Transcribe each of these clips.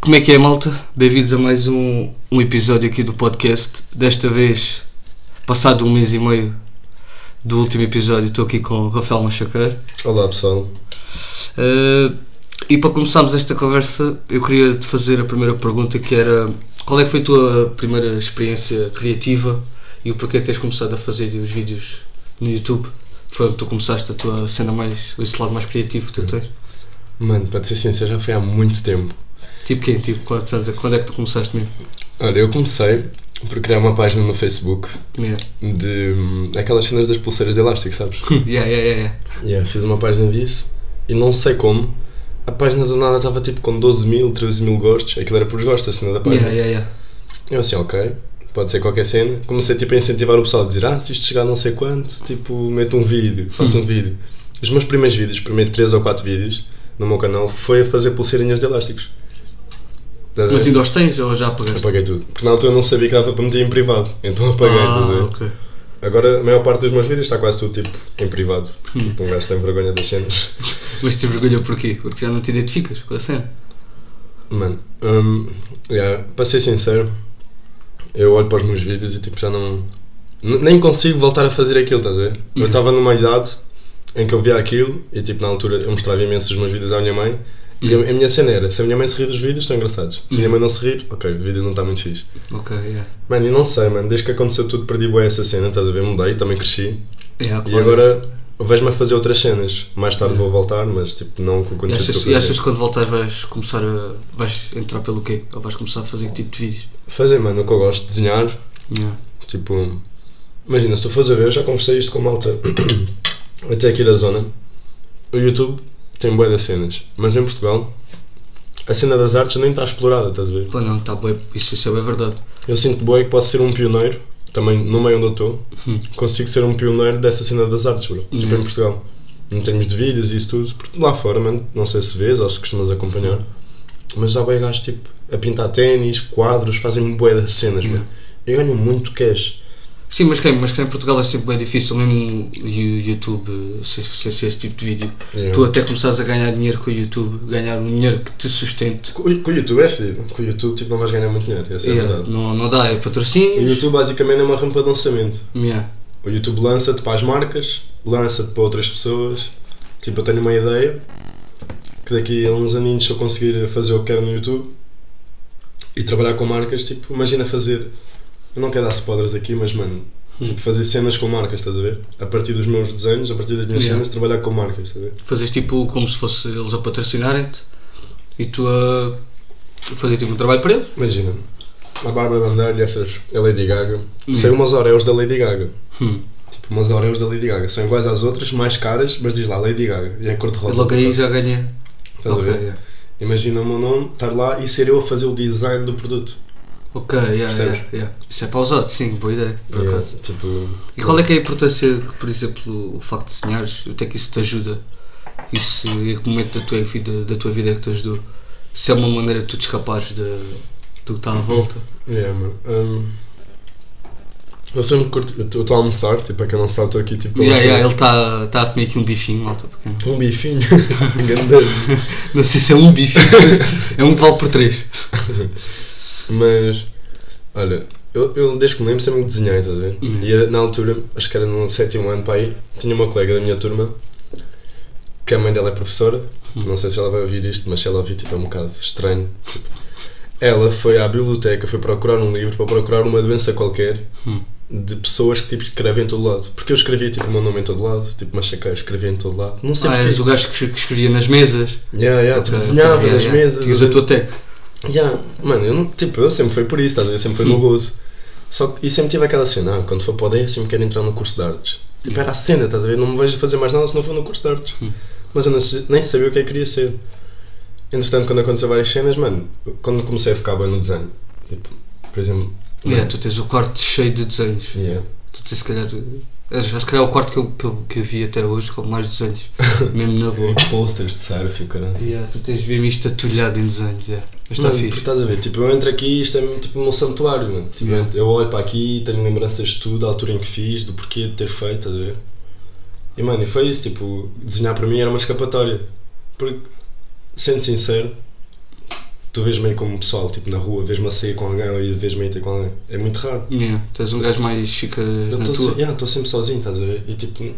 Como é que é, malta? Bem-vindos a mais um, um episódio aqui do podcast. Desta vez, passado um mês e meio do último episódio, estou aqui com o Rafael Machacar. Olá pessoal, Eh, e para começarmos esta conversa, eu queria te fazer a primeira pergunta que era qual é que foi a tua primeira experiência criativa e o porquê é que tens começado a fazer os vídeos no YouTube? Foi onde tu começaste a tua cena mais, esse lado mais criativo que tu Hum. tens? mano, para te ser sincero, já foi há muito tempo. Tipo quem? Tipo quantos anos? é- Quando é que tu começaste mesmo? Olha, eu comecei por criar uma página no Facebook Yeah, de hum, aquelas cenas das pulseiras de elástico, sabes? yeah, yeah. yeah, yeah. yeah, fiz uma página disso e não sei como, a página do nada estava tipo com 12 mil, 13 mil gostos, aquilo era por os gostos, a cena da página. Yeah, yeah, yeah. Eu assim, ok, pode ser qualquer cena. Comecei tipo a incentivar o pessoal a dizer, ah, se isto chegar a não sei quanto, tipo, mete um vídeo, faça Hum. um vídeo. Os meus primeiros vídeos, os primeiros 3 ou 4 vídeos no meu canal, foi a fazer pulseirinhas de elásticos. Estás a Mas ver? ainda os tens ou já apagaste? Apaguei tudo. Porque na altura eu não sabia que dava para meter em privado. Então apaguei. estás a ver? Ah, ok. Agora a maior parte dos meus vídeos está quase tudo tipo em privado. Hum. Porque tipo, um gajo tem vergonha das cenas. Mas te vergonha porquê? Porque já não te identificas com a cena. Mano, hum, yeah, para ser sincero, eu olho para os meus vídeos e tipo já não. n- Nem consigo voltar a fazer aquilo, estás a ver? Eu Uhum. estava numa idade em que eu via aquilo e tipo na altura eu mostrava imenso os meus vídeos à minha mãe. E a, Uhum. a minha cena era, se a minha mãe se rir dos vídeos, estão engraçados. Se a minha mãe não se rir, ok, o vídeo não está muito fixe. Ok, yeah. Mano, e não sei, mano, desde que aconteceu tudo perdi bué essa cena, estás a ver? Mudei, também cresci. Yeah, E claro. agora vejo-me a fazer outras cenas. Mais tarde vou voltar, mas tipo, não com o E conteúdo É. achas, que e eu achas quero. que quando voltar vais começar a. vais entrar pelo quê? Ou vais começar a fazer que tipo de vídeos? Fazer, mano, o que eu gosto, desenhar, tipo... Imagina, se tu fores a ver, eu já conversei isto com malta até aqui da zona. O YouTube tem bué das cenas, mas em Portugal a cena das artes nem está explorada, estás a ver? Pô, não, tá bem, isso, isso é bem verdade. Eu sinto bué que posso ser um pioneiro, também no meio onde eu estou, Hum. consigo ser um pioneiro dessa cena das artes, bro. Tipo Yeah. em Portugal. Em termos de vídeos e isso tudo, porque lá fora, mano, não sei se vês ou se costumas acompanhar, mas há bué gajos tipo a pintar ténis, quadros, fazem bué das cenas, Yeah. mano. Eu ganho muito cash. Sim, mas quem, mas quem em Portugal é sempre bem difícil, mesmo o Yu- YouTube, eh, se, se, se esse tipo de vídeo. Yeah. Tu até começares a ganhar dinheiro com o YouTube, ganhar um dinheiro que te sustente. Com com o YouTube é fedido. Com o YouTube tipo, não vais ganhar muito dinheiro, essa é a Yeah, verdade. não, não dá, é O patrocínios. YouTube basicamente é uma rampa de lançamento. Yeah. O YouTube lança-te para as marcas, lança-te para outras pessoas. Tipo, eu tenho uma ideia que daqui a uns aninhos se eu conseguir fazer o que quero no YouTube e trabalhar com marcas, tipo, imagina fazer. Eu não quero dar spoilers aqui, mas mano, Hum. tipo, fazer cenas com marcas, estás a ver? A partir dos meus desenhos, a partir das minhas Yeah. cenas, trabalhar com marcas, estás a ver? Fazes tipo como se fosse eles a patrocinarem-te e tu a fazer tipo um trabalho para eles. Imagina, a Bárbara Bandeira e essas, a Lady Gaga, saiu umas auréolas da Lady Gaga. Hum. Tipo, umas auréolas da Lady Gaga. São iguais às outras, mais caras, mas diz lá Lady Gaga. E é cor de rosa. Mas logo aí já ganha. Estás ok, a ver? yeah. Imagina o meu nome estar lá e ser eu a fazer o design do produto. Ok, yeah, Percebes? yeah, yeah. isso é pausado, sim, boa ideia, por Yeah, acaso. Tipo, E qual é que é a importância que, por exemplo, o facto de desenhares, o que é que isso te ajuda? E se em que momento da tua vida, da tua vida é que te ajudou? Se é uma maneira de tu te escapares de, do que Uhum. está à volta. yeah, mano. Hum, eu sempre curto. Eu estou a almoçar, tipo, para quem não sabe, estou aqui tipo. com Yeah, uma- yeah, ele está tá a comer aqui um bifinho, malta, pequeno. Um bifinho. Um Grande. Não sei se é um bifinho, mas é um que vale por três. Mas, olha, eu, eu desde que me lembro sempre desenhei, estás a ver? Hum. E eh, na altura, acho que era no sétimo ano para aí, tinha uma colega da minha turma, que a mãe dela é professora, Uhum. não sei se ela vai ouvir isto, mas se ela ouvir, tipo, é um bocado estranho. Tipo, Ela foi à biblioteca, foi procurar um livro para procurar uma doença qualquer Hum. de pessoas que tipo, escrevem em todo lado. Porque eu escrevia tipo, o meu nome em todo lado, tipo, machaquei, escrevia em todo lado. Não sei Ah, és o porquê. gajo que, que escrevia nas mesas. Yeah, yeah, tipo, Ok, desenhava ok, nas yeah, yeah. mesas. eh, Tinhas a tua tech. Yeah, mano, eu não, tipo, eu sempre fui por isso, estás a ver? Sempre foi no gozo. Só que, e sempre tive aquela cena, ah, quando for para o décimo quero entrar no curso de artes. Tipo, era a cena, estás a ver? Não me vejo a fazer mais nada se não for no curso de artes. Mas eu não se- nem sabia o que é que queria ser. Entretanto, quando aconteceu várias cenas, mano, quando comecei a ficar bem no desenho, tipo, por exemplo. Yeah, tu tens o quarto cheio de desenhos. mano, yeah. Tu tens se calhar. é, já Se calhar é o quarto que eu, que eu, que eu vi até hoje com mais desenhos. Mesmo na boa. Posters de surf e o caralho. Yeah, tu tens mesmo isto atulhado em desenhos. Yeah. Mas está Mano, porque fixe. estás a ver? Tipo, eu entro aqui isto é mesmo, tipo o meu santuário, mano. Tipo, Yeah. eu olho para aqui tenho lembranças de tudo, da altura em que fiz, do porquê de ter feito, estás a ver? E mano, e foi isso, tipo, desenhar para mim era uma escapatória. Porque, sendo sincero, tu vês meio como pessoal, tipo na rua, vês-me a sair com alguém ou vês-me a ter com alguém. É muito raro. Yeah. Tu és um gajo mais ficas Eu na estou tua. se, yeah, tô sempre sozinho, estás a ver? E tipo,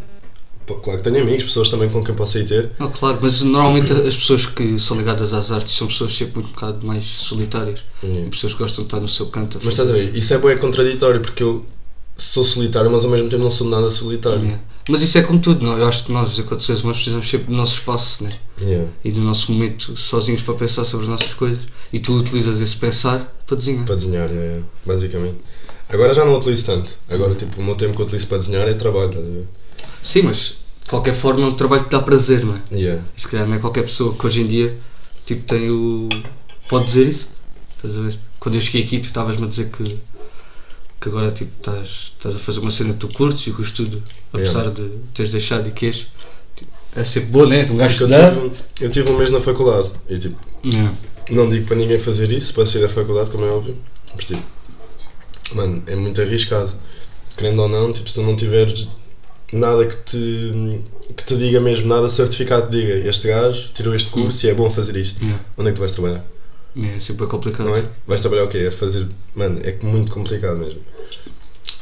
pô, claro que tenho amigos, pessoas também com quem posso ir ter. Não, claro, mas normalmente as pessoas que são ligadas às artes são pessoas sempre um bocado mais solitárias. Yeah. Pessoas que gostam de estar no seu canto. assim. a Mas fazer- estás a ver? Isso é bem contraditório porque eu sou solitário, mas ao mesmo tempo não sou nada solitário. Yeah. Mas isso é como tudo, não? Eu acho que nós, enquanto seres humanos, precisamos sempre do nosso espaço, né? Yeah. E do nosso momento sozinhos para pensar sobre as nossas coisas. E tu utilizas esse pensar para desenhar. Para desenhar, yeah, yeah, basicamente. Agora já não utilizo tanto. Agora, tipo, o meu tempo que eu utilizo para desenhar é trabalho, estás a ver? Sim, mas de qualquer forma é um trabalho que dá prazer, não é? Yeah. E se calhar não é qualquer pessoa que hoje em dia tipo, tem o. Pode dizer isso? Estás a ver? Quando eu cheguei aqui, tu estavas-me a dizer que, que agora tipo, estás, estás a fazer uma cena que tu curtes e que o estudo, É. apesar de teres deixado e que és, tipo, é sempre bom, né? De um gajo Porque eu estudar. tive, eu tive um mês na faculdade e, tipo, Yeah. não digo para ninguém fazer isso, para sair da faculdade, como é óbvio, mas, tipo, mano, é muito arriscado. Querendo ou não, tipo, se tu não tiveres nada que te, que te diga mesmo, nada certificado que te diga, este gajo tirou este curso e é bom fazer isto, Yeah. onde é que tu vais trabalhar? Yeah, é sempre complicado. Não é? Vais trabalhar o quê? É fazer. Mano, é muito complicado mesmo.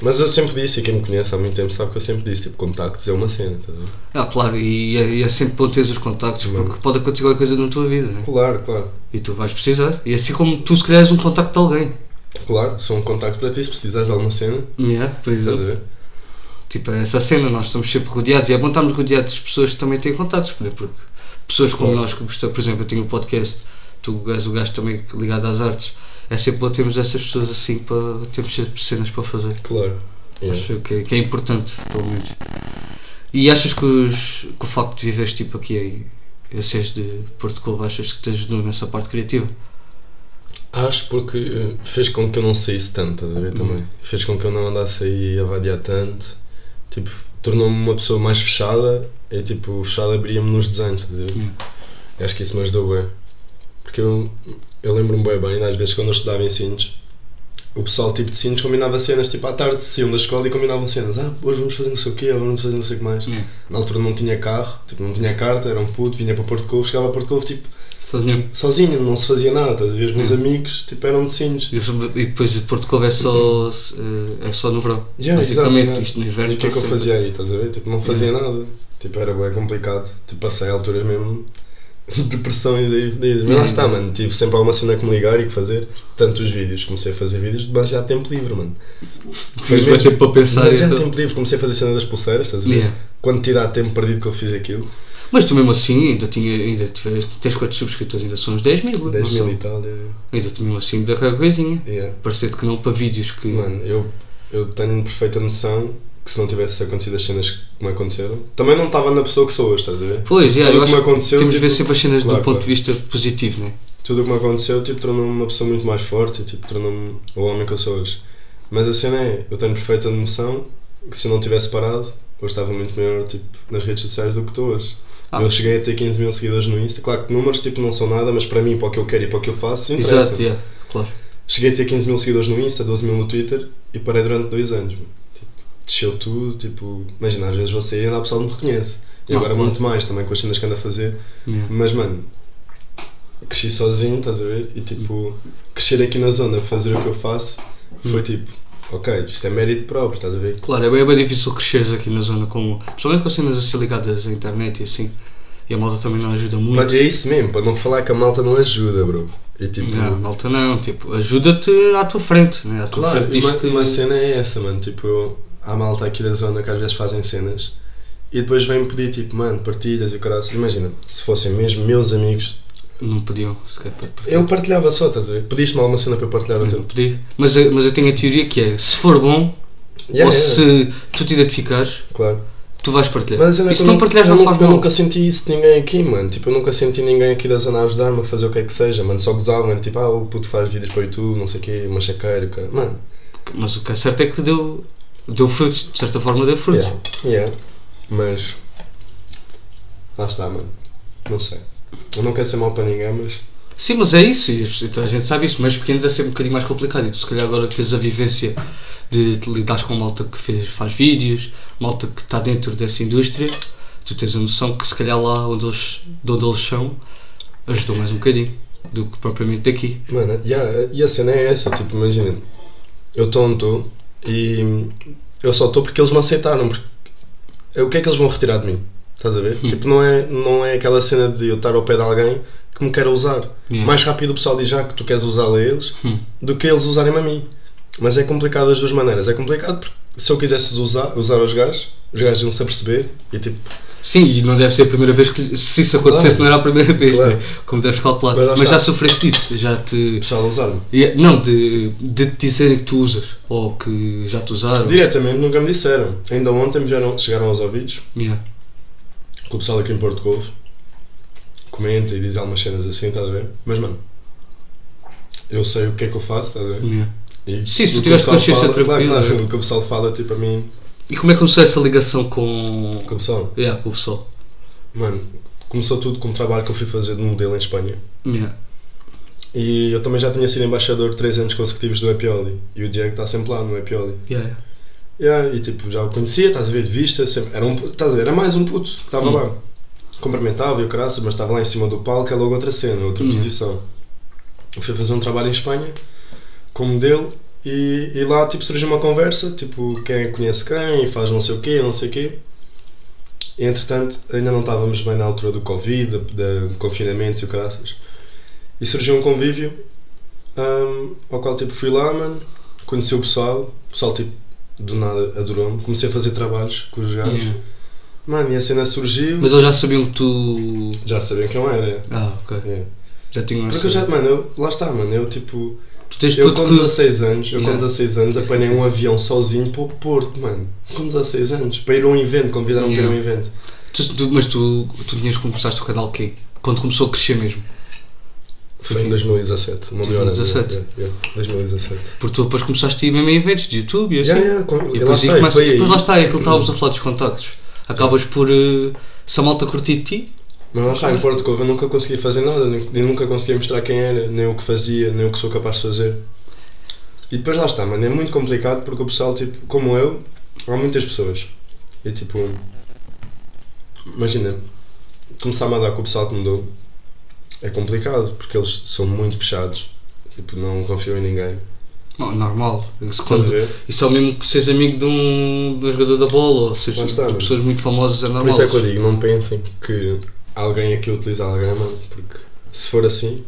Mas eu sempre disse, e quem me conhece há muito tempo sabe que eu sempre disse, tipo, contactos é uma cena, estás a ver? Ah, claro, e é, e é sempre bom teres os contactos, Mano. porque pode acontecer qualquer coisa na tua vida, né? Claro, claro. E tu vais precisar. E assim como tu, se calhar, és um contacto de alguém. Claro, sou um contacto para ti se precisares de alguma cena, Yeah, por estás a exemplo. ver? Tipo, é essa cena, nós estamos sempre rodeados e é bom estarmos rodeados de pessoas que também têm contatos, por exemplo, porque pessoas como Claro. nós que gostam, por exemplo, eu tenho um podcast, tu és o gajo também ligado às artes, é sempre bom termos essas pessoas assim para termos sempre cenas para fazer. Claro. Yeah. Acho que, é- que é importante, pelo menos. E achas que, os- que o facto de viveres tipo aqui em a seres de Porto Covo, achas que te ajudou nessa parte criativa? Acho porque eh, fez com que eu não saísse tanto, estás a ver também? Fez com que eu não andasse aí a vadiar tanto. Tipo, tornou-me uma pessoa mais fechada e, tipo, fechada abria-me nos desenhos, estás a ver? Hum. E Acho que isso me ajudou bem. Porque eu, eu lembro-me bem bem, às vezes quando eu estudava em Sines, o pessoal tipo de Sines combinava cenas, tipo, à tarde saíam da escola e combinavam cenas. Ah, hoje vamos fazer não sei o quê, ou vamos fazer não sei o que mais. Yeah. Na altura não tinha carro, tipo, não tinha carta, era um puto, vinha para Porto Covo, chegava a Porto Covo, tipo, Sozinho? sozinho, não se fazia nada, estás a ver? Os Hum. meus amigos, tipo, eram de Sines. E depois o Porto Covo é só, eh, é só no verão. Yeah, Basicamente, exato, yeah. isto no inverno E o que é que está eu sempre- fazia aí, estás a ver? Tipo, não fazia Hum. nada. Tipo, era bem complicado. Tipo, passei alturas mesmo de depressão e daí. daí. Mas lá Yeah. está, mano. Tive sempre alguma cena que me ligar e que fazer. Tanto os vídeos. Comecei a fazer vídeos de baseado tempo livre, mano. Tinhas mais tempo para pensar e Baseado tal. tempo livre. Comecei a fazer cena das pulseiras, estás a ver? Yeah. Quando tirar tempo perdido que eu fiz aquilo. Mas tu mesmo assim ainda, tinha, ainda tiveste, tens quantos subscritores? Ainda são uns 10 mil. 10 não são? mil e tal. yeah. Ainda tu mesmo assim ainda qualquer coisinha. Yeah. Parecendo que não para vídeos que. Mano, eu, eu tenho perfeita noção que se não tivesse acontecido as cenas que me aconteceram, também não estava na pessoa que sou hoje, estás a ver? Pois, yeah, Tudo eu acho o que me que temos aconteceu, de tipo, ver sempre as cenas claro, do ponto claro. de vista positivo, né? tudo o que me aconteceu tipo, tornou-me uma pessoa muito mais forte e tipo, tornou-me o homem que eu sou hoje. Mas a cena é, eu tenho perfeita noção que se eu não tivesse parado, hoje estava muito melhor tipo, nas redes sociais do que estou hoje. Ah. Eu cheguei a ter 15 mil seguidores no Insta, claro que números tipo, não são nada, mas para mim, para o que eu quero e para o que eu faço, interessa. Exato, yeah, claro. Cheguei a ter 15 mil seguidores no Insta, 12 mil no Twitter e parei durante dois anos. mano. Tipo, desceu tudo, tipo, imagina, às vezes vou sair e ainda a pessoa não me reconhece. E Não, agora claro. muito mais também com as cenas que ando a fazer. Yeah. Mas, mano, cresci sozinho, estás a ver? E, tipo, crescer aqui na zona, fazer o que eu faço, foi tipo, ok, isto é mérito próprio, estás a ver? Claro, é bem, é bem difícil cresceres aqui na zona com. Principalmente com cenas assim ligadas à internet e assim. E a malta também não ajuda muito. Mas é isso mesmo, para não falar que a malta não ajuda, bro. E, tipo, Não, a malta não, tipo, ajuda-te à tua frente, né? À tua claro, frente e diz uma, que- uma cena é essa, mano, tipo, eu- há malta aqui da zona que às vezes fazem cenas e depois vem-me pedir, tipo, mano, partilhas e o caralho. Imagina, se fossem mesmo meus amigos, Não podiam sequer para partir. eu partilhava só, estás a ver? Pediste-me alguma cena para eu partilhar o Não teu. podia. Mas, eu- mas eu tenho a teoria que é, se for bom, Yeah, ou yeah, se tu te identificares, Claro. tu vais partilhar. Mas a cena é e se que eu não nu- partilhares, eu não nu- faz Eu mal. nunca senti isso de ninguém aqui, mano. Tipo, eu nunca senti ninguém aqui da zona a ajudar-me a fazer o que é que seja, mano. Só gozavam, era tipo, ah, o puto faz vídeos para o YouTube, não sei o quê, uma chaqueira, o cara. Mano, Mas o que é certo é que deu, deu frutos, de certa forma deu frutos. yeah, yeah. Mas. Lá está, mano. Não sei. Eu não quero ser mau para ninguém, mas. Sim, mas é isso, e as- então a gente sabe isso, mas pequenos é sempre um bocadinho mais complicado. E tu se calhar agora que tens a vivência de te lidares com malta que fez, faz vídeos, malta que está dentro dessa indústria, tu tens a noção que se calhar lá onde eles, de onde eles são ajudou mais um bocadinho. do que propriamente daqui. Mano, yeah, e a cena é essa, tipo, imaginem, eu estou onde estou e eu só estou porque eles me aceitaram, porque o que é que eles vão retirar de mim? Estás a ver? Hum. Tipo, não é, não é aquela cena de eu estar ao pé de alguém que me quer usar. Yeah. Mais rápido o pessoal diz já que tu queres usá-lo a eles Hum. do que eles usarem-me a mim. Mas é complicado das duas maneiras. É complicado porque se eu quisesse usar, usar os gajos, os gajos iam se aperceber e tipo, Sim, e não deve ser a primeira vez que. Se isso acontecesse, Claro. não era a primeira vez, Claro. né? como deves calcular. Mas lá Mas, está. já sofreste isso, já te. o pessoal a usar-me. Yeah, Não, de, de te dizerem que tu usas ou que já te usaram. Diretamente nunca me disseram. Ainda ontem me vieram- chegaram aos ouvidos Yeah. que o pessoal aqui em Porto Covo comenta e diz algumas cenas assim, estás a ver? Mas mano, eu sei o que é que eu faço, estás a ver? Yeah. E Sim, se tu o que tiveres o pessoal consciência fala- claro, tranquila, Claro, né? o que o pessoal fala, tipo, a mim, E como é que começou essa ligação com. com o pessoal. Yeah, com o pessoal? Mano, começou tudo com um trabalho que eu fui fazer de modelo em Espanha. Yeah. E eu também já tinha sido embaixador 3 anos consecutivos do Epioli. E o Diego está sempre lá no Epioli. Yeah, yeah. Yeah, e tipo, já o conhecia, estás a ver, de vista, sempre, era, um, puto, estás a ver, era mais um puto, estava Hum. lá. Cumprimentava e o caraças, mas estava lá em cima do palco, é logo outra cena, outra Hum. posição. Eu fui fazer um trabalho em Espanha, com um modelo, e, e lá tipo, surgiu uma conversa, tipo, quem conhece quem, e faz não sei o quê, não sei o quê. E, entretanto, ainda não estávamos bem na altura do Covid, da- do confinamento e o caraças. E surgiu um convívio, hum, ao qual tipo, fui lá, mano, conheci o pessoal, o pessoal tipo, do nada adorou-me, comecei a fazer trabalhos com os gajos. Yeah. Mano, e a cena surgiu, Mas eles já sabiam que tu. já sabiam quem eu era. Ah, ok. Yeah. Já tinham Porque eu já, mano, eu, lá está, mano, eu tipo, Tu tens eu puto com que. 16 anos, eu com Yeah. 16 anos apanhei um avião sozinho para o Porto, mano. Com 16 anos, para ir a um evento, convidaram-me para ir a um evento. tu- tu- mas tu, tu tinhas começaste o canal que Quando começou a crescer mesmo. Foi em 2017, uma melhor 2017. ano. Yeah, yeah, 2017. Porque tu depois começaste a ir mesmo a eventos de YouTube e assim. Yeah, yeah, com- E e lá depois, está, aí e começa- foi e depois lá aí. está, é aquilo que estávamos a falar dos contactos. Acabas por. eh, se a malta curtir de ti, Mas lá está, em Porto Covo eu nunca consegui fazer nada, nem, nem nunca conseguia mostrar quem era, nem o que fazia, nem o que sou capaz de fazer. E depois lá está, mano, é muito complicado porque o pessoal, tipo, como eu, há muitas pessoas. E tipo, imagina, começar a andar com o pessoal que mudou é complicado porque eles são muito fechados, tipo, não confiam em ninguém. não, é normal. Se Estás a Quando, ver? isso é o mesmo que seres amigo de um, de um jogador da bola ou seja, Lá está, de mano. pessoas muito famosas, é normal. Por isso é que eu digo, não pensem que alguém aqui utiliza alguém, mano, porque se for assim,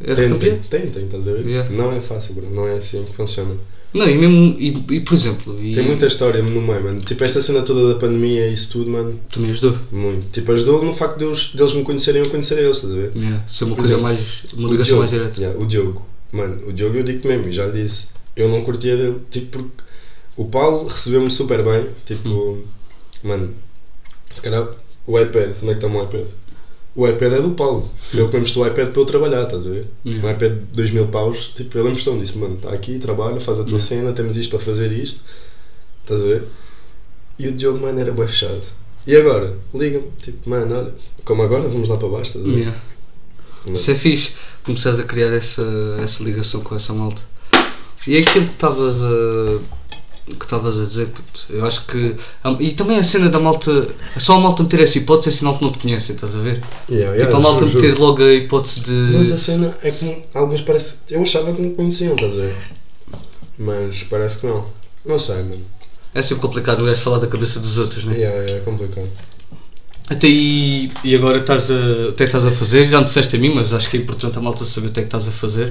É Tentem, campeão. tentem, estás a ver? Yeah. Não é fácil, bro. Não é assim que funciona. Não, e mesmo. E, e, por exemplo, e Tem muita história no meio, mano. Tipo, esta cena toda da pandemia e isso tudo, mano, também ajudou. muito. Tipo, ajudou no facto de eles, deles me conhecerem e eu conhecer eles, estás a ver? Yeah. Isso é uma Por coisa exemplo, mais. uma O ligação Diogo, mais direta. yeah, o Diogo. Mano, o Diogo eu digo mesmo, já lhe disse. Eu não curtia dele. Tipo, porque o Paulo recebeu-me super bem. Tipo, Hum. mano, se calhar o iPad, onde é que está o meu iPad? O iPad é do Paulo. Foi ele que me emprestou o iPad para eu trabalhar, estás a ver? Yeah. Um iPad de 2 mil paus, tipo, ele me disse, mano, está aqui, trabalha, faz a tua Yeah. cena, temos isto para fazer isto, estás a ver? E o Diogo, mano, era bem fechado. E agora? Liga-me, tipo, mano, olha, como agora, vamos lá para baixo, estás a ver? Yeah. Né? Isso é fixe, começares a criar essa, essa ligação com essa malta. E é aquilo que estavas a, que estavas a dizer, puto. eu acho que. E também a cena da malta. Só a malta meter essa hipótese é sinal que não te conhecem, estás a ver? Yeah, yeah, tipo, a malta É, juro, juro. meter logo a hipótese de. Mas a cena é que alguns parece. Eu achava que me conheciam, estás a ver? Mas parece que não. Não sei, mano. É sempre complicado o gajo falar da cabeça dos outros, né? Yeah, yeah, é complicado. Até aí. E agora estás a. O que é que estás a fazer? Já me disseste a mim, mas acho que é importante a malta saber o que é que estás a fazer.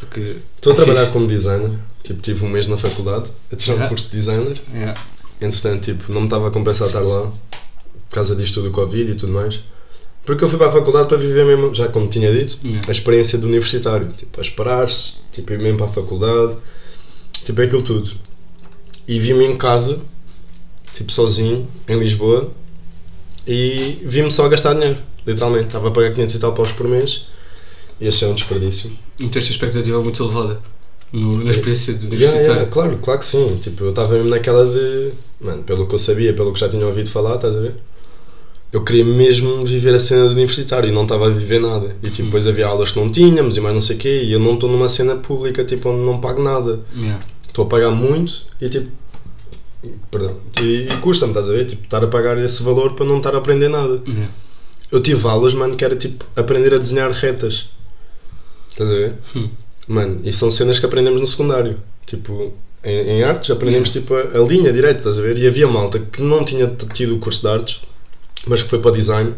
Porque. Estou a é trabalhar fixe. como designer. Tipo, tive um mês na faculdade a tirar Yeah. um curso de designer. Yeah. Entretanto, tipo, não me estava a compensar estar lá por causa disto tudo, do Covid e tudo mais. Porque eu fui para a faculdade para viver mesmo, já como tinha dito, Yeah. a experiência do universitário. Tipo, a esperar-se, tipo, ir mesmo para a faculdade, tipo, é aquilo tudo. E vi-me em casa, tipo, sozinho, em Lisboa, e vi-me só a gastar dinheiro, literalmente. Estava a pagar 500 e tal paus por mês e achei um desperdício. Meteste a expectativa muito elevada no- É. na experiência de Yeah, universitário. yeah, claro, claro que sim. Tipo, eu estava mesmo naquela de. Mano, pelo que eu sabia, pelo que já tinha ouvido falar, estás a ver? Eu queria mesmo viver a cena do universitário e não estava a viver nada. E tipo, depois havia aulas que não tínhamos e mais não sei o quê. E eu não estou numa cena pública, tipo, onde não pago nada. Yeah. Estou a pagar muito e tipo. Perdão. E, e custa-me, estás a ver? Tipo, estar a pagar esse valor para não estar a aprender nada. Yeah. Eu tive aulas, mano, que era tipo aprender a desenhar retas. Estás a ver? Hum. Mano, e são cenas que aprendemos no secundário. Tipo, em, em artes aprendemos tipo a, a linha direita, estás a ver? E havia malta que não tinha t- tido o curso de artes, mas que foi para o design.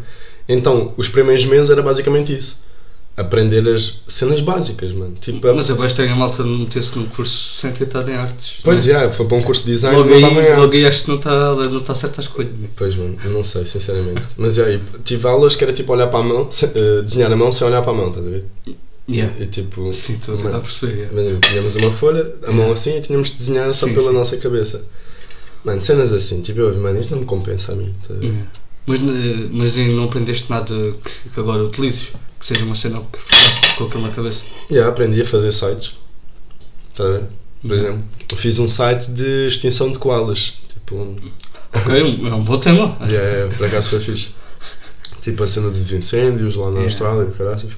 Então, os primeiros meses era basicamente isso. Aprender as cenas básicas, mano. Tipo, a- Mas é bem estranho a malta não meter-se num curso sem ter estado em artes. pois, né? já, foi para um curso de design Logo não estava em aí, logo artes. aí acho que não está não tá certa a escolha. né? Pois, mano, eu não sei, sinceramente. Mas já, e tive aulas que era tipo olhar para a mão, se- eh, desenhar a mão sem olhar para a mão, estás a ver? E tipo, Sim, estou a mano, tentar perceber. é. Imagina, tipo, Tínhamos uma folha, a mão assim, e tínhamos de desenhar só Sim, pela sim. nossa cabeça. Mano, cenas assim, tipo, eu, mano, isto não me compensa a mim. tá a ver? É. Mas, eh, mas aí não aprendeste nada que, que agora utilizes? Que seja uma cena que fizeste com a primeira cabeça? E aí aprendi a fazer sites. Tá a ver? Por Uhum. exemplo, eu fiz um site de extinção de koalas. Tipo, um- Ok, é um é um bom tema. e é, por acaso foi fixe. Tipo, a cena dos incêndios lá na Yeah. Austrália, de caraças.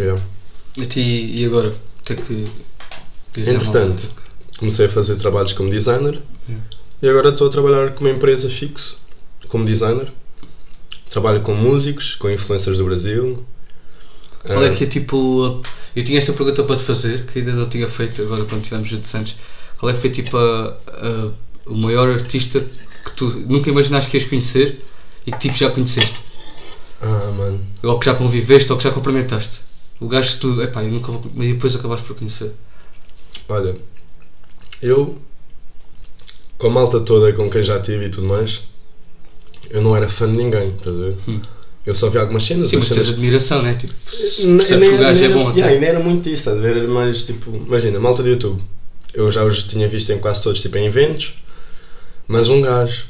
Yeah. A ti, e agora? O que é que dizer à Entretanto. malta? O que é que- Comecei a fazer trabalhos como designer Yeah. e agora estou a trabalhar com uma empresa fixo como designer. Trabalho com músicos, com influencers do Brasil. Qual é Ah, que é tipo. a- Eu tinha esta pergunta para te fazer, que ainda não tinha feito agora quando tivemos o de Santos. Qual é que foi tipo a- a- o maior artista que tu nunca imaginaste que ias conhecer e que tipo já conheceste? Ah, mano. Ou que já conviveste ou que já cumprimentaste? O gajo que tu. Epá, eu nunca vou. Mas depois acabaste por conhecer. Olha, eu, com a malta toda com quem já tive e tudo mais, eu não era fã de ninguém, estás a ver? Hum. Eu só vi algumas cenas, Sim, as mas tens cenas. admiração, né? Tipo, Nem- percebes que o gajo é nem bom era, yeah, até. e nem era muito isso, estás a ver? Era mais tipo, imagina, a malta do YouTube. Eu já os tinha visto em quase todos, tipo em eventos, mas um gajo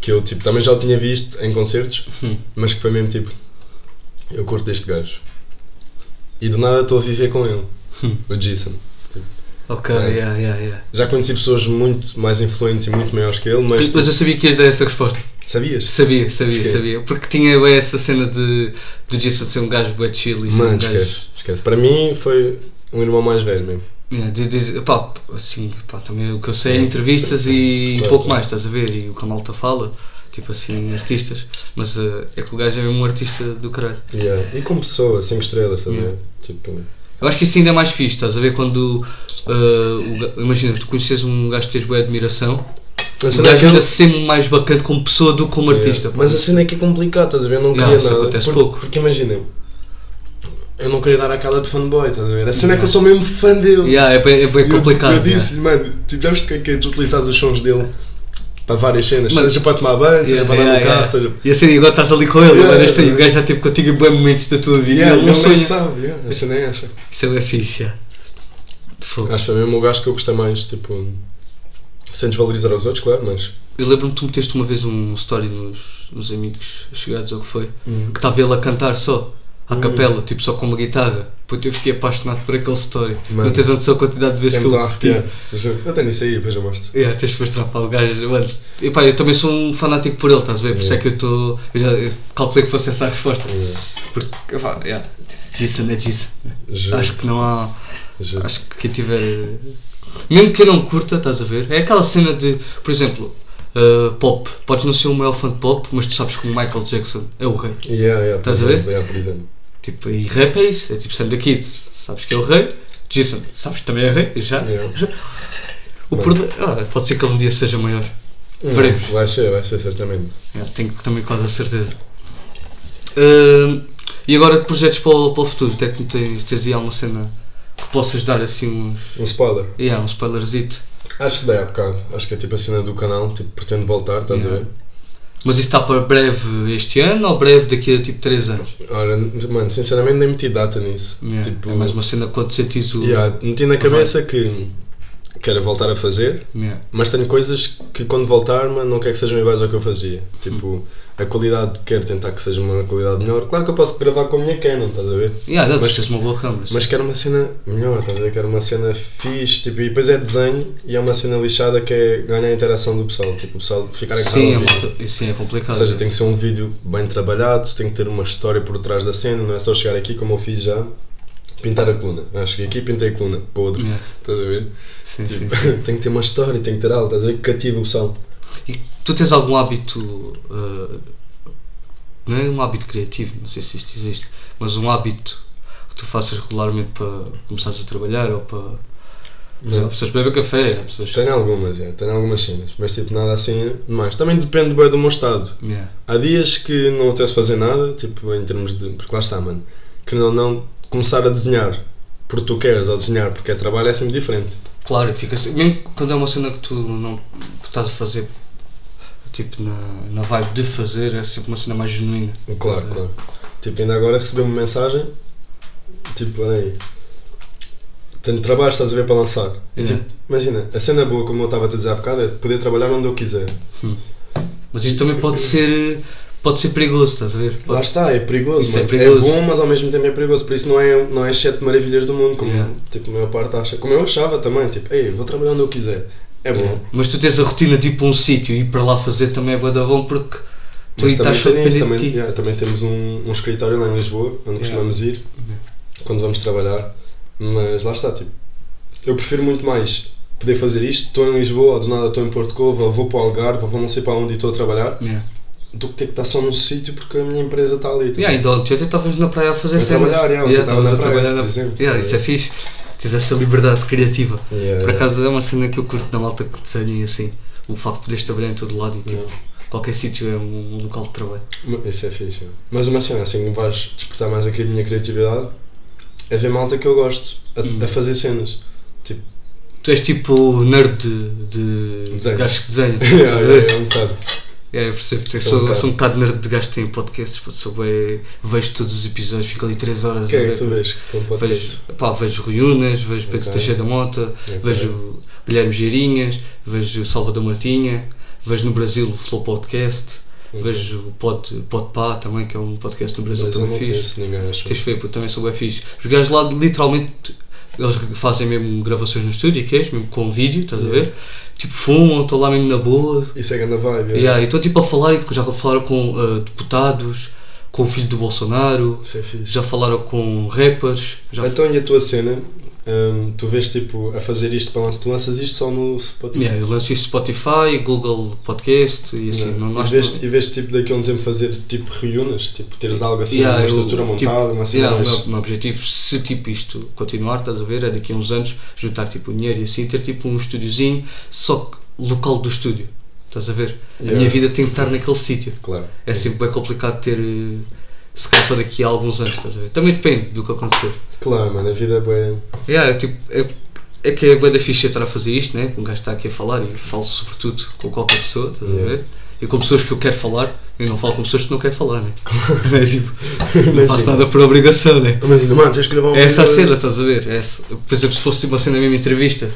que eu tipo, também já o tinha visto em concertos, Hum. mas que foi mesmo tipo, eu curto este gajo. E do nada estou a viver com ele, Hum. o Jason. Ok, É. yeah, yeah, yeah. Já conheci pessoas muito mais influentes e muito maiores que ele, mas. Mas eu sabia que ias dar essa resposta. Sabias? Sabia, sabia, Porquê? sabia. Porque tinha bué essa cena de do Jason ser um gajo bué chill e ser Mano, um gajo. esquece, esquece. Para mim foi um irmão mais velho mesmo. É, de, de, pá, assim, pá, também o que eu sei é entrevistas e Claro, pouco claro. mais, estás a ver? E o que a malta fala, tipo assim, artistas. Mas eh, é que o gajo é mesmo um artista do caralho. Yeah. E como pessoa, 5 estrelas, também. Yeah. Tipo, Eu acho que isso ainda é mais fixe, estás a ver? Quando, eh, o ga- imagina, tu conheces um gajo que tens boa admiração, a o cena é que gajo eu- ainda sempre mais bacana como pessoa do que como Yeah. artista. pá. Mas a cena é que é complicada, estás a ver? Eu não Yeah, queria isso nada. acontece Por- pouco. Porque imagina, eu não queria dar aquela de fanboy, estás a ver? A cena é que Yeah. eu sou mesmo fã dele. Yeah, é bem, é bem E eu- complicado. Eu, yeah. disse-lhe, mano, tivemos que, que tu utilizares os sons dele para várias cenas, Mano, seja para tomar banho, seja para andar no carro, seja. é E assim, agora estás ali com ele, Yeah, agora este aí, yeah. o gajo já teve contigo em bons momentos da tua vida. Yeah, ele ele não nem sonha. sabe, yeah, a cena é essa. Isso é bem fixe, yeah. De fogo. Acho que foi mesmo o gajo que eu gostei mais, tipo. Sem desvalorizar aos outros, claro, mas. Eu lembro-me que tu meteste uma vez um story nos, nos amigos chegados ou o que foi, que estava ele a cantar só, à Hum. capela, tipo só com uma guitarra. Puta, eu fiquei apaixonado por aquele story. Mano. Não tens a noção da quantidade de vezes É que eu muito a repeti. arrepiar. juro. Eu tenho isso aí, depois eu mostro. Yeah, tens de mostrar para o gajo. Mano, epá, eu também sou um fanático por ele, estás a ver? Por isso é que eu estou. Eu já eu calculei que fosse essa a resposta. Yeah, Porque, epá, yeah. Jason é Jason. Juro, Acho que não há. juro. Acho que quem tiver. Mesmo que eu não curta, estás a ver? É aquela cena de, por exemplo, uh, pop. Podes não ser o maior fã de pop, mas tu sabes que o Michael Jackson é o rei. Yeah, yeah, por Estás a ver? exemplo, yeah, por exemplo. Tipo, e rap é isso. É tipo Sam daqui, sabes que é o rei. Jason, sabes que também é rei, já. Yeah. O Bom. prode- ah, pode ser que ele um dia seja maior. Veremos. É, Vai ser, vai ser, certamente. É, tenho também quase a certeza. Ahm, e agora projetos para o, para o futuro? Até que me tens, tens aí alguma cena que possas dar assim uns. Um spoiler. Yeah, um spoilerzito. Acho que dei há bocado. Acho que é tipo a cena do canal, tipo, pretendo voltar, estás a Yeah. ver? Mas isso está para breve este ano ou breve daqui a tipo 3 anos? Ora, mano, sinceramente nem meti data nisso. Yeah, tipo, é mais uma Uhum. cena que quando sentes o. yeah, meti na cabeça que quero voltar a fazer, Yeah. mas tenho coisas que quando voltar, mano, não quero que sejam iguais ao que eu fazia. Uhum. Tipo, a qualidade, quero tentar que seja uma qualidade melhor. Claro que eu posso gravar com a minha Canon, estás a ver? Yeah, não, Mas- precisas de uma boa câmera. Mas quero uma cena melhor, estás a ver? Quero uma cena fixe, tipo, e depois é desenho e é uma cena lixada que é ganhar a interação do pessoal, tipo, o pessoal ficar a sim, é o vídeo. muito- sim, é complicado. Ou seja, tem que ser um vídeo bem trabalhado, tem que ter uma história por trás da cena, não é só chegar aqui como eu fiz já, pintar a coluna. Ah, cheguei aqui e pintei a coluna, podre. Yeah, Estás a ver? sim, sim. Tipo, tem que ter uma história, tem que ter algo, estás a ver? Que cativa o pessoal. E tu tens algum hábito. uh, ah, não é um hábito criativo, não sei se isto existe, mas um hábito que tu faças regularmente para começares a trabalhar ou para. Por exemplo, Há pessoas que bebem café, há pessoas. Tenho algumas, é, tenho algumas cenas, mas tipo nada assim demais. Também depende bem do meu estado. Yeah. Há dias que não apetece fazer nada, tipo em termos de. Porque lá está, mano. Que não, não começar a desenhar porque tu queres ou desenhar porque é trabalho é sempre diferente. Claro, fica assim. Mesmo quando é uma cena que tu não que estás a fazer, tipo, na, na vibe de fazer, é sempre uma cena mais genuína. Claro, Mas, é, claro. Tipo, ainda agora recebi uma mensagem, tipo, olha aí, tenho trabalho, estás a ver para lançar. E, Yeah. tipo, imagina, a cena boa, como eu estava a te dizer há bocado, é poder trabalhar onde eu quiser. Mas isto também pode ser. Pode ser perigoso, estás a ver? Pode- Lá está, é perigoso, Isso é mano. perigoso. bom, mas ao mesmo tempo é perigoso. Por isso não é, não é as sete maravilhas do mundo, como Yeah. tipo, a maior parte acha. Como eu achava também, tipo, ei, vou trabalhar onde eu quiser. É bom. Mas tu tens a rotina tipo um sítio e ir para lá fazer também é bué da bom porque tu Mas aí estás também, só tem dependente isso, também, tá de ti. yeah, também temos um, um escritório lá em Lisboa, onde costumamos ir, quando vamos trabalhar, mas lá está, tipo, eu prefiro muito mais poder fazer isto, estou em Lisboa, ou do nada estou em Porto Covo, ou vou para o Algarve, ou vou não sei para onde e estou a trabalhar, Yeah. do que ter que estar só num sítio porque a minha empresa está ali. tá Yeah, também. ainda ontem ontem estavas na praia a fazer A cenas. trabalhar, é, yeah, ontem estava estavas na a praia, trabalhar por na exemplo. Yeah, Isso é fixe. Tens essa liberdade criativa. Yeah, Por yeah. acaso é uma cena que eu curto na malta que desenha e assim. O facto de poderes trabalhar em todo lado e tipo, Yeah. qualquer sítio é um, um local de trabalho. Ma- Isso é fixe. é. Mas uma cena assim que me vais despertar mais a cri- minha criatividade é ver malta que eu gosto a, Hum. a fazer cenas. Tu és tipo o nerd de, de Desenho. gajos que desenham. yeah, yeah, é um bocado. É, eu percebo. Eu Sou um sou, bocado. sou um bocado nerd de gajo que tem podcasts. pô, Sou bué- vejo todos os episódios, fico ali 3 horas Quem a é ver. que tu vês? Como pode Vejo, pá, vejo Rui Unas, vejo Pedro Ok. Teixeira da Mota, Ok. vejo Guilherme Geirinhas, vejo Salvador Martinha, vejo no Brasil o Flow Podcast, Ok. vejo o Pod, Podpá também, que é um podcast no Brasil Mas eu também não fixe. conheço ninguém, acho. Tens feio, também sou bem fixe. Os gajos lá literalmente eles fazem mesmo gravações no estúdio, que és, mesmo com vídeo, estás a Yeah. ver? Tipo, fumam, estão lá mesmo na boa, Isso é grande vibe. é. Yeah, e estou tipo a falar, e já falaram com ah, deputados, com o filho do Bolsonaro, Isso é fixe. já falaram com rappers, já Então e a tua cena? Hum, tu vês tipo a fazer isto para lançar. Tu lanças isto só no Spotify. Yeah, eu lanço isso Spotify, Google Podcast e assim, não, Não. é? nós e, vês, e vês tipo daqui a um tempo fazer tipo reúnas, tipo teres algo assim, Yeah, uma eu, estrutura tipo, montada, uma cena yeah, o mais. meu, o meu objetivo, se tipo isto continuar, estás a ver, é daqui a uns anos juntar tipo o dinheiro e assim, ter tipo um estúdiozinho, só que local do estúdio, estás a ver? A Yeah. minha vida tem que estar naquele sítio. Claro. É sempre bem complicado ter, eh, se calhar só daqui a alguns anos, estás a ver? Também depende do que acontecer. Claro, mano, a vida é bem. Yeah, é, tipo, é, é que é bué da ficha estar a fazer isto, né? Um gajo está aqui a falar e falo sobretudo com qualquer pessoa, estás a Yeah. ver? E com pessoas que eu quero falar, eu não falo com pessoas que não quero falar, né? é tipo, não faço Imagina, nada por obrigação, né? imagina, mano, tens de gravar um É essa a vídeo. cena, estás a ver? É essa- por exemplo, se fosse uma cena mesmo entrevista,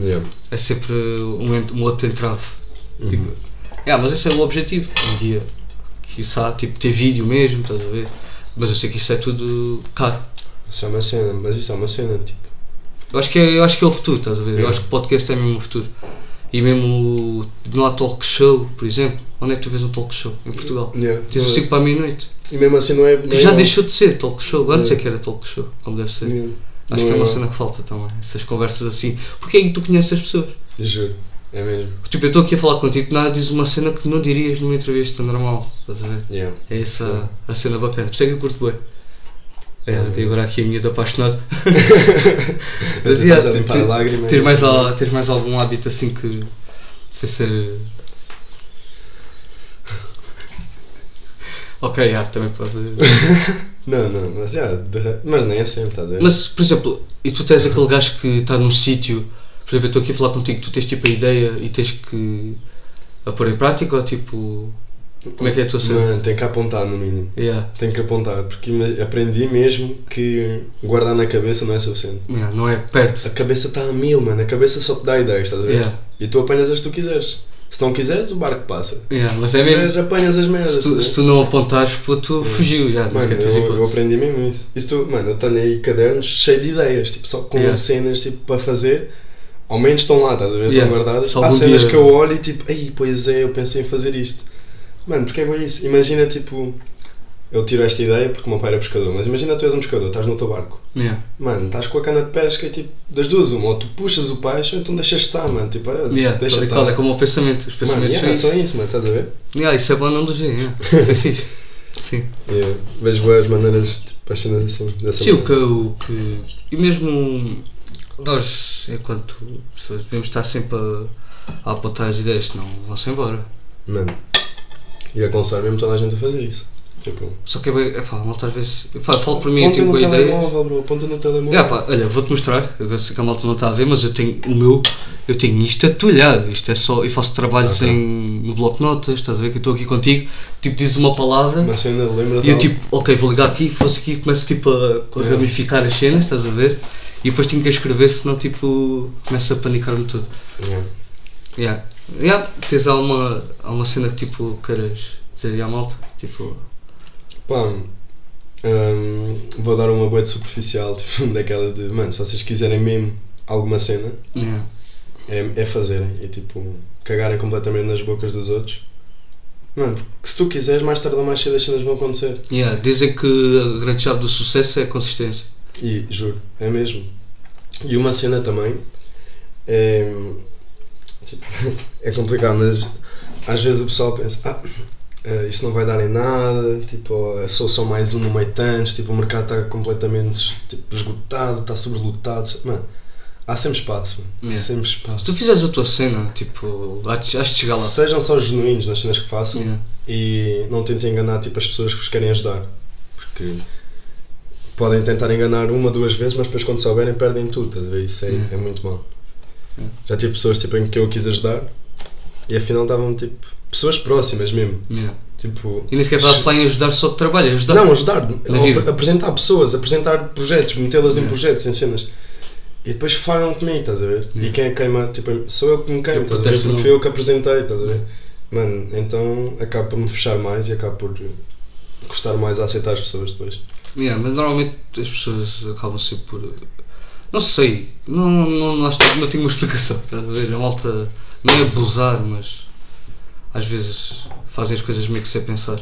Yeah. é sempre um, ent- um outro entrave. Uhum. Tipo, yeah, mas esse é o objetivo. Um dia, quiçá, tipo, ter vídeo mesmo, estás a ver? Mas eu sei que isso é tudo caro. Isso é uma cena, mas isso é uma cena, tipo. Eu acho que é, eu acho que é o futuro, estás a ver? Eu Yeah. acho que o podcast é mesmo o futuro. E mesmo o- não há talk show, por exemplo. Onde é que tu vês um talk show? Em Portugal. Yeah. Tens o 5 para a meia-noite. é- E mesmo assim não é. não Que é já bom. deixou de ser talk show. Antes Yeah. é que era talk show, como deve ser. Yeah. Acho Não que é uma bom. cena que falta também. Essas conversas assim. Porque é que tu conheces as pessoas. Juro, é mesmo. Tipo, eu estou aqui a falar contigo, nada diz uma cena que não dirias numa entrevista normal. Estás a ver? Yeah. É essa a cena bacana. Por isso é que eu curto bem. É, até agora aqui a minha de apaixonado. Mas Estás yeah, a limpar a te- lágrima. tens, mais, al- tens mais algum hábito assim que. sem ser. eh, Ok, yeah, também pode. Não, não, mas, yeah, de re- mas nem é sempre, estás a ver? Mas, por exemplo, e tu tens aquele gajo que está num sítio. Por exemplo, eu estou aqui a falar contigo, tu tens tipo a ideia e tens que. a pôr em prática ou tipo. como é que é a tua cena? Mano, tem que apontar no mínimo. Yeah. Tem que apontar, porque ima- aprendi mesmo que guardar na cabeça não é suficiente. Yeah, não é perto. A cabeça está a mil, mano. A cabeça só te dá ideias, estás a ver? Yeah. E tu apanhas as que tu quiseres. Se não quiseres, o barco passa. Yeah, mas é Se quiseres, mesmo. apanhas as merdas. Se tu, se estás a tu não apontares, pô, tu fugiu. Yeah, tipo, não ver? sequer Mano, tens eu, eu hipótese. aprendi mesmo isso. isso tu, mano, eu tenho aí cadernos cheio de ideias, tipo, só com Yeah. cenas tipo, para fazer. Ao menos estão lá, estás a ver? Yeah. Estão guardadas. Só Há algum cenas dia- que eu olho e tipo, ai, pois é, eu pensei em fazer isto. Mano, porque é bom isso? Imagina, tipo, eu tiro esta ideia porque o meu pai era pescador, mas imagina tu és um pescador, estás no teu barco. Yeah. Mano, estás com a cana de pesca e tipo, das duas, uma, ou tu puxas o peixe ou então deixas estar, mano. Tipo, ah, Yeah, deixa tal e estar. qual, é como o pensamento. Os Mano, pensamentos yeah, são é isso. só isso, mano, estás a ver? Yeah, isso é boa analogia. Yeah. Foi fixe. Sim. Yeah. Vejo boas maneiras, tipo, as cenas assim, dessa Sim, o que, maneira. o que. E mesmo nós, enquanto pessoas, devemos estar sempre a, a apontar as ideias, senão vão-se embora. Mano. E aconselho mesmo toda a gente a fazer isso. Tipo, Só que é bem. É, pá, malta às vezes. Eu falo, falo por mim, aponta tipo, no com ideias. telemóvel, bro, aponta no telemóvel. É, pá, olha, vou-te mostrar. Eu sei que a malta não está a ver, mas eu tenho o meu. Eu tenho isto atulhado. Isto é só. Eu faço trabalhos Ok. em, no bloco de notas, estás a ver? Que eu estou aqui contigo. Tipo, dizes uma palavra. Mas ainda lembra E eu tipo, ok, vou ligar aqui, fosse aqui e começo tipo a, a Yeah. ramificar as cenas, estás a ver? E depois tenho que escrever, senão tipo começo a panicar-me tudo. Yeah. Yeah. Yeah. Tens alguma, alguma cena que tipo queiras dizer à malta? Tipo. Pá, hum, vou dar uma boa de superficial, tipo, daquelas de, mano, se vocês quiserem mesmo alguma cena, Yeah. é, é fazerem e tipo, cagarem completamente nas bocas dos outros. Mano, porque se tu quiseres, mais tarde ou mais cedo as cenas vão acontecer. Yeah. Dizem que a grande chave do sucesso é a consistência. E juro, é mesmo. E uma cena também é. tipo, é complicado, mas às vezes o pessoal pensa: ah, eh, isso não vai dar em nada, tipo, eh, sou só mais um no meio de tantos, tipo, o mercado está completamente tipo, esgotado, está sobrelotado. Mano, há sempre espaço, mano. Yeah. Há sempre Se espaço. tu fizeres a tua cena, tipo, há de há de chegar lá. Sejam só genuínos nas cenas que façam Yeah. e não tentem enganar tipo, as pessoas que vos querem ajudar. Porque podem tentar enganar uma, duas vezes, mas depois quando souberem perdem tudo. estás a ver? Isso é, Yeah. é muito mau. Yeah. Já tive pessoas tipo, em que eu quis ajudar e afinal estavam tipo. Pessoas próximas mesmo. Yeah. Tipo. E nem sequer estás lá em ajudar só de trabalho, é ajudar. Não, ajudar. Ou vida. ap- apresentar pessoas, apresentar projetos, metê-las em Yeah. projetos, em cenas. E depois falam comigo, estás a ver? E Yeah. quem é que queima, tipo, sou eu que me queimo, Eu estás a ver? protesto Porque não. fui eu que apresentei, estás a ver? Yeah. Mano, então acabo por me fechar mais e acabo por custar mais a aceitar as pessoas depois. Yeah, mas normalmente as pessoas acabam sempre por. Não sei, não, não, não, acho que- não tenho uma explicação. Estás a ver? A malta não é abusar, mas às vezes fazem as coisas meio que sem pensar.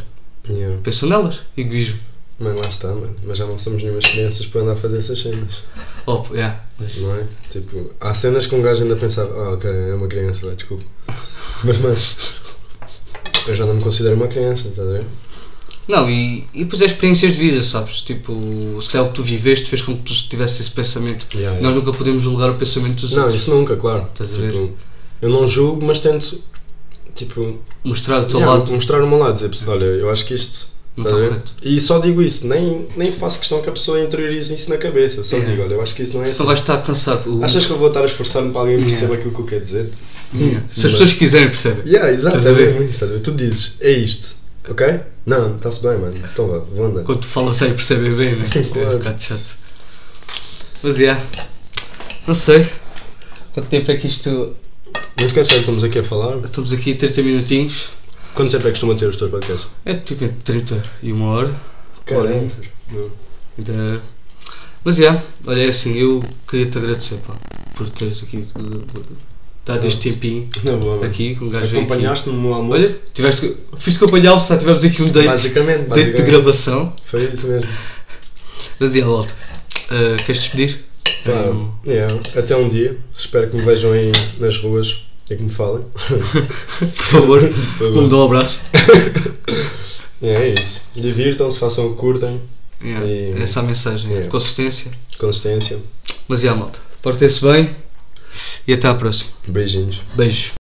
Yeah. Pensam nelas, egoísmo. Mano, lá está, mano. Mas já não somos nenhumas crianças para andar a fazer essas cenas, Oh, yeah. mas- não é? Tipo, há cenas que um gajo ainda pensava, ah, ok, é uma criança, vai, desculpa. Mas, mano, eu já não me considero uma criança, estás a ver? Não, e, e depois é experiências de vida, sabes? Tipo, se calhar o que tu viveste fez com que tu tivesse esse pensamento. Yeah, yeah. Nós nunca podemos julgar o pensamento dos É. Não, outros. isso nunca, claro. Estás a tipo, ver? Eu não julgo, mas tento, tipo, Mostrar o teu yeah, lado mostrar o meu lado, dizer, pessoal, olha, eu acho que isto. não Tá está a ver? correto. E só digo isso, nem, nem faço questão que a pessoa interiorize isso na cabeça. Só Yeah. digo, olha, eu acho que isso não é Só assim. vais estar a cansar. O... Achas que eu vou estar a esforçar-me para alguém Yeah. perceber aquilo que Hum. eu quero dizer? Yeah. Se Mas- as pessoas quiserem, percebem. Yeah, exato, Estás a é ver? mesmo isso, estás a ver? Tu dizes, é isto, ok? Não, está-se bem, mano. Então vá, vou andar. Quando tu falas sério percebem bem, né? É Claro. um bocado chato. Mas é. Não sei. Quanto tempo é que isto. Não esquece que estamos aqui a falar. Estamos aqui 30 minutinhos. Quanto tempo é que costuma ter os teus podcasts? É tipo entre 30 e uma hora. Caramba. Ainda- Mas é. Olha, é assim, eu queria te agradecer pá, por teres aqui eh, dado este tempinho Na boa, mano. aqui, que um gajo veio aqui. Acompanhaste-me no almoço? Olha, tiveste, fiz companhar, só tivemos aqui um date, basicamente, date de basicamente. gravação. Foi isso mesmo. Mas é, Walter, eh, queres despedir? Pá, Um, yeah, Até um dia. Espero que me vejam aí nas ruas e que me falem. por favor, bom. me dá um abraço. É isso. Divirtam-se, façam o que curtem. Yeah, E- Essa é a mensagem, Yeah. consistência. Consistência. Mas é, yeah, malta, portem-se bem e até à próxima. Beijinhos. Beijo.